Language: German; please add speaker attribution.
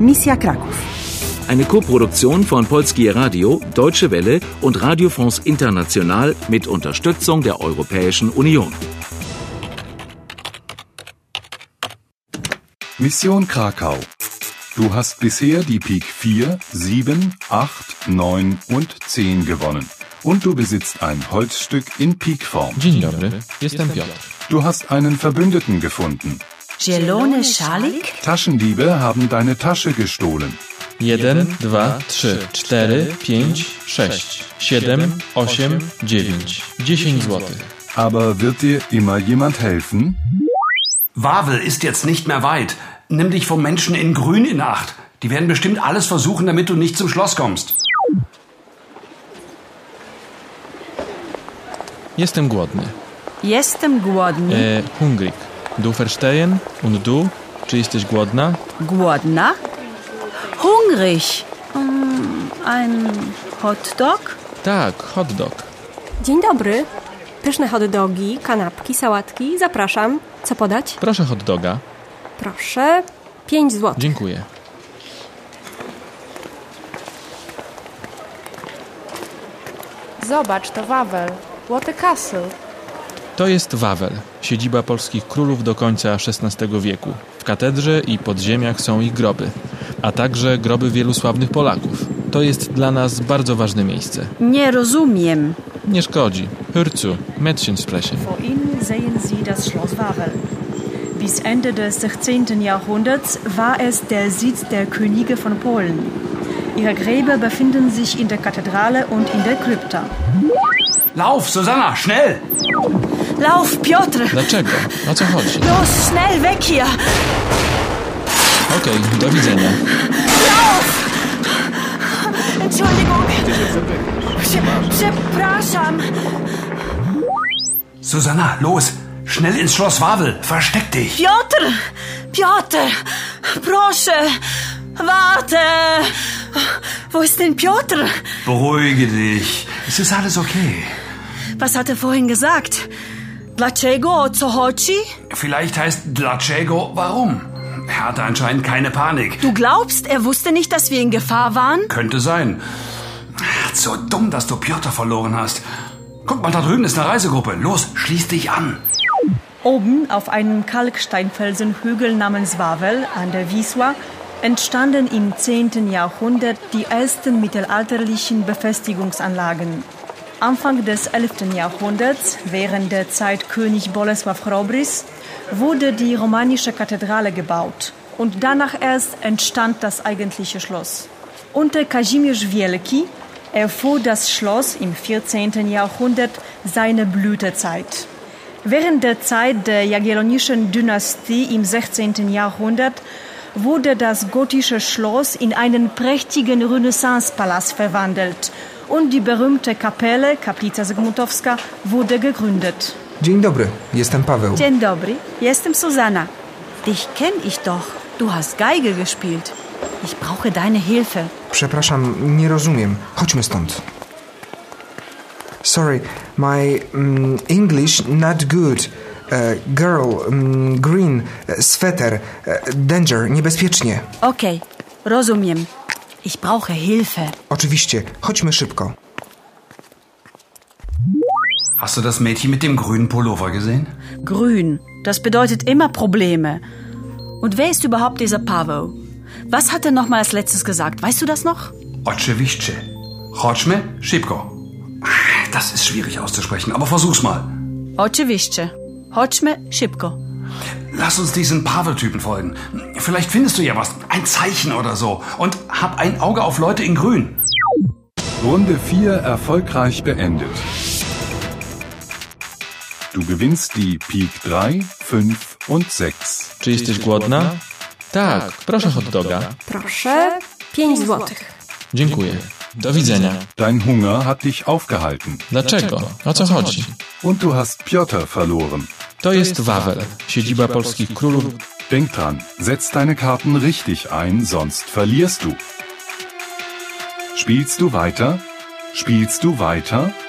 Speaker 1: Misja Kraków.
Speaker 2: Eine Koproduktion von Polskie Radio, Deutsche Welle und Radio France International mit Unterstützung der Europäischen Union.
Speaker 3: Mission Krakau. Du hast bisher die Pik 4, 7, 8, 9 und 10 gewonnen. Und du besitzt ein Holzstück in Pikform.
Speaker 4: Dzień dobry, jestem Piotr.
Speaker 3: Du hast einen Verbündeten gefunden.
Speaker 1: Zielone Schalik?
Speaker 3: Taschendiebe haben deine Tasche gestohlen.
Speaker 4: 1, 2, 3, 4, 5, 6, 7, 8, 9, 10 zł.
Speaker 3: Aber wird dir immer jemand helfen?
Speaker 5: Wawel ist jetzt nicht mehr weit. Nimm dich vom Menschen in Grün in Acht. Die werden bestimmt alles versuchen, damit du nicht zum Schloss kommst.
Speaker 4: Jestem głodny.
Speaker 1: Jestem głodny.
Speaker 4: E, hungrig. Du verstehen und du? Czy jesteś głodna?
Speaker 1: Głodna? Hungrig. Mm, Ein Hotdog?
Speaker 4: Tak, hot dog.
Speaker 6: Dzień dobry. Pyszne hot dogi, kanapki, sałatki. Zapraszam. Co podać?
Speaker 4: Proszę hot doga.
Speaker 6: Proszę. 5 zł.
Speaker 4: Dziękuję.
Speaker 7: Zobacz, to Wawel. Łoty Castle.
Speaker 4: To jest Wawel, siedziba polskich królów do końca XVI wieku. W katedrze i podziemiach są ich groby, a także groby wielu sławnych Polaków. To jest dla nas bardzo ważne miejsce.
Speaker 1: Nie rozumiem.
Speaker 4: Nie szkodzi. Hürzu, met się sprechen.
Speaker 8: Vor Ihnen sehen Sie das Schloss Wawel. Bis Ende des 16. Jahrhunderts war es der Sitz der Könige von Polen. Ihre Gräber befinden sich in der Kathedrale und in der Krypta.
Speaker 5: Lauf, Susanna, schnell!
Speaker 1: Lauf, Piotr!
Speaker 4: Dlaczego? O co chodzi?
Speaker 1: Los, schnell weg hier!
Speaker 4: Okej, do widzenia.
Speaker 1: Entschuldigung. Prze przepraszam.
Speaker 5: Susanna, los! Schnell ins Schloss Wawel! Versteck dich!
Speaker 1: Piotr! Piotr! Proszę! Warte! Wo ist denn Piotr?
Speaker 5: Beruhige dich. Es ist alles okay.
Speaker 1: Was hat er vorhin gesagt? Dlaczego o co chodzi?
Speaker 5: Vielleicht heißt Dlacego warum. Er hatte anscheinend keine Panik.
Speaker 1: Du glaubst, er wusste nicht, dass wir in Gefahr waren?
Speaker 5: Könnte sein. So dumm, dass du Piotr verloren hast. Guck mal, da drüben ist eine Reisegruppe. Los, schließ dich an.
Speaker 8: Oben auf einem Kalksteinfelsenhügel namens Wawel an der Wisła entstanden im 10. Jahrhundert die ersten mittelalterlichen Befestigungsanlagen. Anfang des 11. Jahrhunderts, während der Zeit König Bolesław Chrobrys, wurde die romanische Kathedrale gebaut und danach erst entstand das eigentliche Schloss. Unter Kazimierz Wielki erfuhr das Schloss im 14. Jahrhundert seine Blütezeit. Während der Zeit der Jagiellonischen Dynastie im 16. Jahrhundert wurde das gotische Schloss in einen prächtigen Renaissance-Palast verwandelt und die berühmte Kapelle Kaplica Zygmuntowska wurde gegründet.
Speaker 9: Dzień dobry, jestem Paweł.
Speaker 1: Dzień dobry, jestem Susanna. Dich kenne ich doch. Du hast Geige gespielt. Ich brauche deine Hilfe.
Speaker 9: Przepraszam, nie rozumiem. Chodźmy stąd. Sorry, my mm, English not good. E, girl, mm, green, e, sweater, e, danger, niebezpiecznie.
Speaker 1: Okay, rozumiem. Ich brauche Hilfe.
Speaker 9: Oczywiście, chodźmy szybko.
Speaker 5: Hast du das Mädchen mit dem grünen Pullover gesehen?
Speaker 1: Grün, das bedeutet immer Probleme. Und wer ist überhaupt dieser Pavel? Was hat er noch mal als letztes gesagt? Weißt du das noch?
Speaker 5: Oczywiście. Chodźmy, szybko. Das ist schwierig auszusprechen, aber versuch's mal.
Speaker 1: Oczywiście. Chodźmy szybko.
Speaker 5: Lass uns diesen Pavel-Typen folgen. Vielleicht findest du ja was. Ein Zeichen oder so. Und hab ein Auge auf Leute in Grün.
Speaker 3: Runde 4 erfolgreich beendet. Du gewinnst die Pik 3, 5 und 6.
Speaker 4: Czy jesteś głodna? Tak, proszę hot doga.
Speaker 6: Proszę. 5 zł.
Speaker 4: Dziękuję. Do widzenia.
Speaker 3: Dein Hunger hat dich aufgehalten.
Speaker 4: Dlaczego? O co chodzi?
Speaker 3: Und du hast Piotr verloren.
Speaker 4: To jest Wawel, siedziba polskich królów.
Speaker 3: Denk dran, setz deine Karten richtig ein, sonst verlierst du. Spielst du weiter? Spielst du weiter?